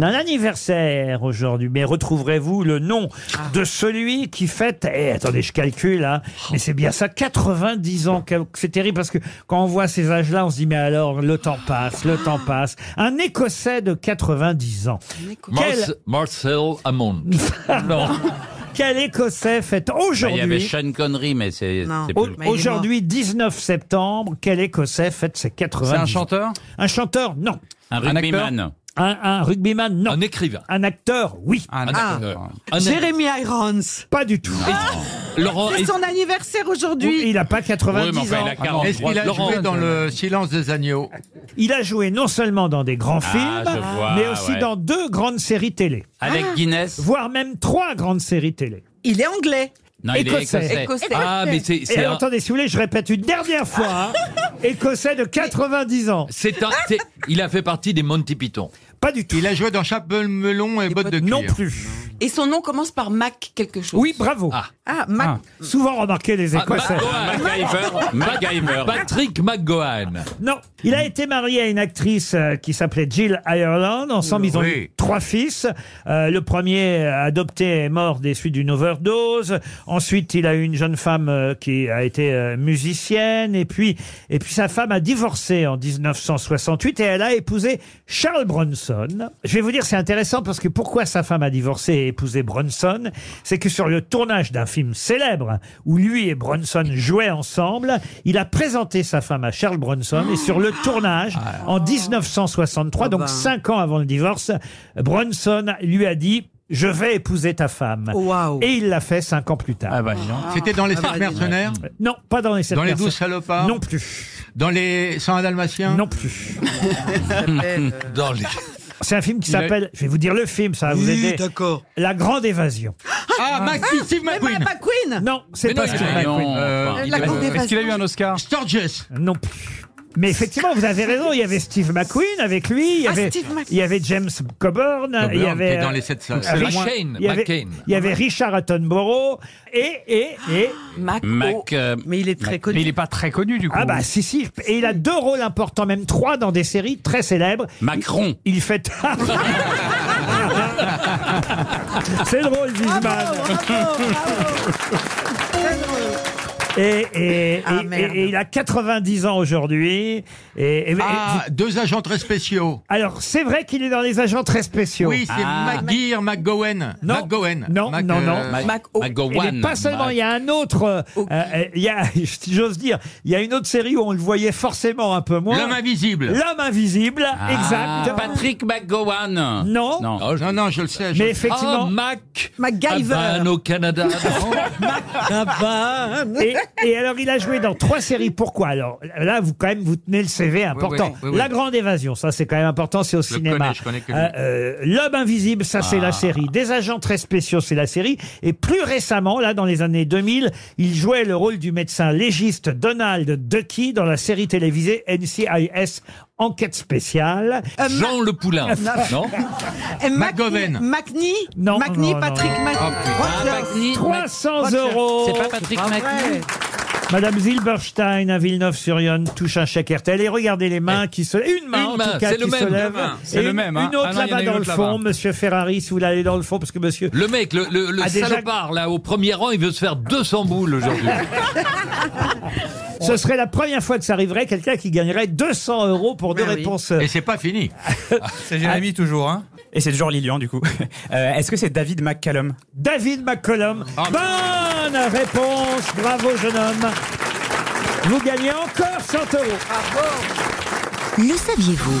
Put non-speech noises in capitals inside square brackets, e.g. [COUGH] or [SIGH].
d'un anniversaire aujourd'hui. Mais retrouverez-vous le nom de celui qui fête, eh, attendez, je calcule, hein, mais c'est bien ça, 90 ans. Quel- C'est terrible parce que quand on voit ces âges-là, on se dit, mais alors, le temps passe, le temps passe. Un Écossais de 90 ans. Quel, Marce- Marcel [LAUGHS] Amont. non. quel Écossais fête Bah, Il y avait aujourd'hui Sean Connery, mais c'est. Non. c'est au- plus le- Mais il est mort. Aujourd'hui, 19 septembre, quel Écossais fête ses 90 C'est un ans chanteur Un chanteur, non. Un acteur rugbyman. Un, un rugbyman, non. Un écrivain. Un acteur, oui. Ah, Ah. d'accord. Un Jérémy Irons. Pas du tout. Laurent, C'est est- son anniversaire Oui, aujourd'hui. Il n'a pas Oui, 90 mais enfin, ans. il a 43. Est-ce qu'il a Laurent, Ah, joué dans le silence des agneaux Il a joué non seulement dans des grands films, je vois, mais aussi ouais. dans deux grandes séries télé, Alec Guinness. voire même trois grandes séries télé. Il est anglais. Non, il est Écossais. écossais. Écossais. Ah, mais c'est Et c'est un. attendez, si vous voulez, je répète une dernière fois, hein, écossais de 90 ans. c'est un- c'est- il a fait partie des Monty Python. Pas du tout. Il a joué dans Chapel Melon et Bottes de cuir. Non plus. Et son nom commence par Mac quelque chose. Oui, bravo. Ah. Ah, Mac. Souvent remarqué les Ah, Écossais. McGowan. MacGyver. MacGyver. Patrick McGowan. Non, il a été marié à une actrice euh, qui s'appelait Jill Ireland. Ensemble, ils ont Oui. eu trois fils. Euh, le premier euh, adopté est mort des suites d'une overdose. Ensuite, il a eu une jeune femme euh, qui a été euh, musicienne. Et puis, et puis sa femme a divorcé en 1968 et elle a épousé Charles Bronson. Je vais vous dire, c'est intéressant parce que pourquoi sa femme a divorcé et épousé Bronson, c'est que sur le tournage d'un film célèbre hein, où lui et Bronson jouaient ensemble, il a présenté sa femme à Charles Bronson et sur le tournage en 1963, Ah donc ben. cinq ans avant le divorce, Bronson lui a dit je vais épouser ta femme. Oh, Waouh. Et il l'a fait cinq ans plus Ah Ah, tard. bah, dis donc. C'était dans les sept Ah, bah, dis donc. mercenaires Non, pas dans les sept Dans les personnes. douze Hein salopards Non plus. Dans les 101 dalmatiens Non plus. Dans les- C'est un film qui Il a- s'appelle, je vais vous dire le film, ça va vous aider. d'accord. La Grande Évasion. Ah, Max Steve Mais McQueen Mac McQueen. Non, c'est Mais pas non, Steve il a- McQueen. non. Euh, La grande évasion. Oscar Sturges Non plus. Mais effectivement, vous avez raison, il y avait Steve McQueen avec lui, il y Ah, avait, Steve McQueen. il y avait James Coburn, Coburn, Ah, il y avait qui est dans les sept sœurs. euh, C'est Richard- McCain, il y avait- McCain. il y avait Richard Attenborough et et et Mac. oh. Mac. euh, Mais il est très connu. n'est pas très connu du coup. ah bah si si et il a deux rôles importants même trois dans des séries très célèbres. Macron. Il fait [LAUGHS] Ah. C'est drôle Ah, Wiesmann. Et, et- et- Ah, et- merde. et il a 90 ans aujourd'hui. Et, et- Ah, deux agents très spéciaux. alors, c'est vrai qu'il est dans les agents très spéciaux. Oui, c'est Ah. McGear, McGowan. Non. McGowan. Non, Mac- non, non. euh, Mac, Mac- oh. Et mais McGowan. pas seulement, il y a un autre, euh, euh, il y a, [LAUGHS] si j'ose dire, il y a une autre série où on le voyait forcément un peu moins. L'homme invisible. L'homme invisible, Ah, exact. Patrick McGowan. Non. Non. Oh, je- Non, non, je le sais. je- Mais Ah, effectivement, Mac. MacGyver. Havane [LAUGHS] au Canada. et, et alors il a joué dans trois séries. Pourquoi Alors là, vous quand même vous tenez le CV important. oui, oui, oui. La Grande Évasion, ça c'est quand même important, c'est au cinéma. connais, je connais Ah. que Euh, euh, L'homme invisible, ça c'est la série. Des agents très spéciaux, c'est la série. Et plus récemment, là dans les années 2000, il jouait le rôle du médecin légiste Donald Ducky dans la série télévisée NCIS Enquête spéciale. Jean [LAUGHS] Le Poulain. Non Et Mac- McGowan. McNee. Non, McNee, non, Patrick non. Mac- Rogers. Macni- Mac- 300 euros. C'est pas Patrick Macni. Madame Zilberstein à Villeneuve-sur-Yonne touche un chèque RTL. Et regardez les Eh. mains qui se Une main, Une en main, tout cas, c'est qui le se même, lève. la main. Et C'est le même, hein. Une autre Ah non, il y en a là-bas une dans le autre fond, là-bas. monsieur Ferrari, si vous l'allez dans le fond, parce que monsieur. Le mec, le, le, le Ah, déjà- salopard, là, au premier rang, il veut se faire 200 boules [LAUGHS] aujourd'hui. Ce serait la première fois que ça arriverait, quelqu'un qui gagnerait 200 euros pour deux Ben oui. réponses. Et c'est pas fini. C'est Jérémy Ah. toujours, hein Et c'est toujours Lilian, [LAUGHS] du coup. Euh, Est-ce que c'est David McCallum David McCollum. Ah, Bonne réponse. Bravo, jeune homme. Vous gagnez encore 100 euros. Le saviez-vous